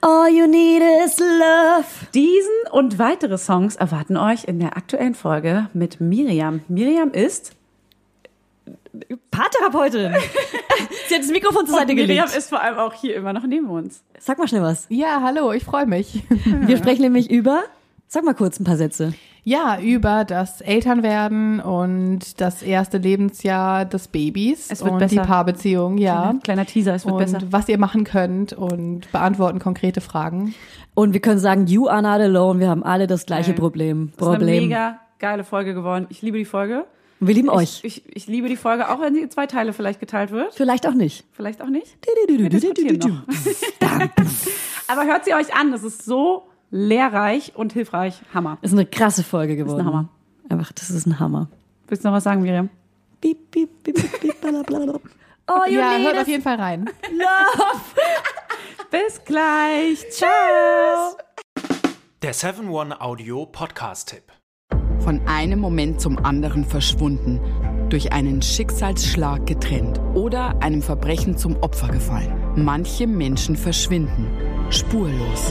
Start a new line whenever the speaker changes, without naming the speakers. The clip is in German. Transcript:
All you need is love.
Diesen und weitere Songs erwarten euch in der aktuellen Folge mit Miriam. Miriam ist
Paartherapeutin. Sie hat das Mikrofon zur Seite
Miriam
gelegt.
ist vor allem auch hier immer noch neben uns.
Sag mal schnell was.
Ja, hallo, ich freue mich.
Wir sprechen nämlich über. Sag mal kurz ein paar Sätze.
Ja, über das Elternwerden und das erste Lebensjahr des Babys
Es wird
und
besser.
die Paarbeziehung, ja.
Mhm. Kleiner Teaser, es wird
und
besser.
was ihr machen könnt und beantworten konkrete Fragen.
Und wir können sagen, you are not alone. Wir haben alle das gleiche Problem.
Das ist eine
Problem.
mega geile Folge geworden. Ich liebe die Folge.
Und wir lieben euch.
Ich, ich, ich liebe die Folge, auch wenn sie in zwei Teile vielleicht geteilt wird.
Vielleicht auch nicht.
Vielleicht auch nicht. Wir diskutieren noch. Aber hört sie euch an. Das ist so lehrreich und hilfreich. Hammer.
Ist eine krasse Folge geworden.
Hammer.
Einfach, das ist ein Hammer.
Willst du noch was sagen, Miriam?
Piep, piep, piep, piep, piep, blablabla. Oh, you
ja, hört
need
auf
is
jeden Fall rein.
Bis gleich. Ciao.
Der 7-One Audio Podcast-Tipp.
Von einem Moment zum anderen verschwunden, durch einen Schicksalsschlag getrennt oder einem Verbrechen zum Opfer gefallen. Manche Menschen verschwinden spurlos.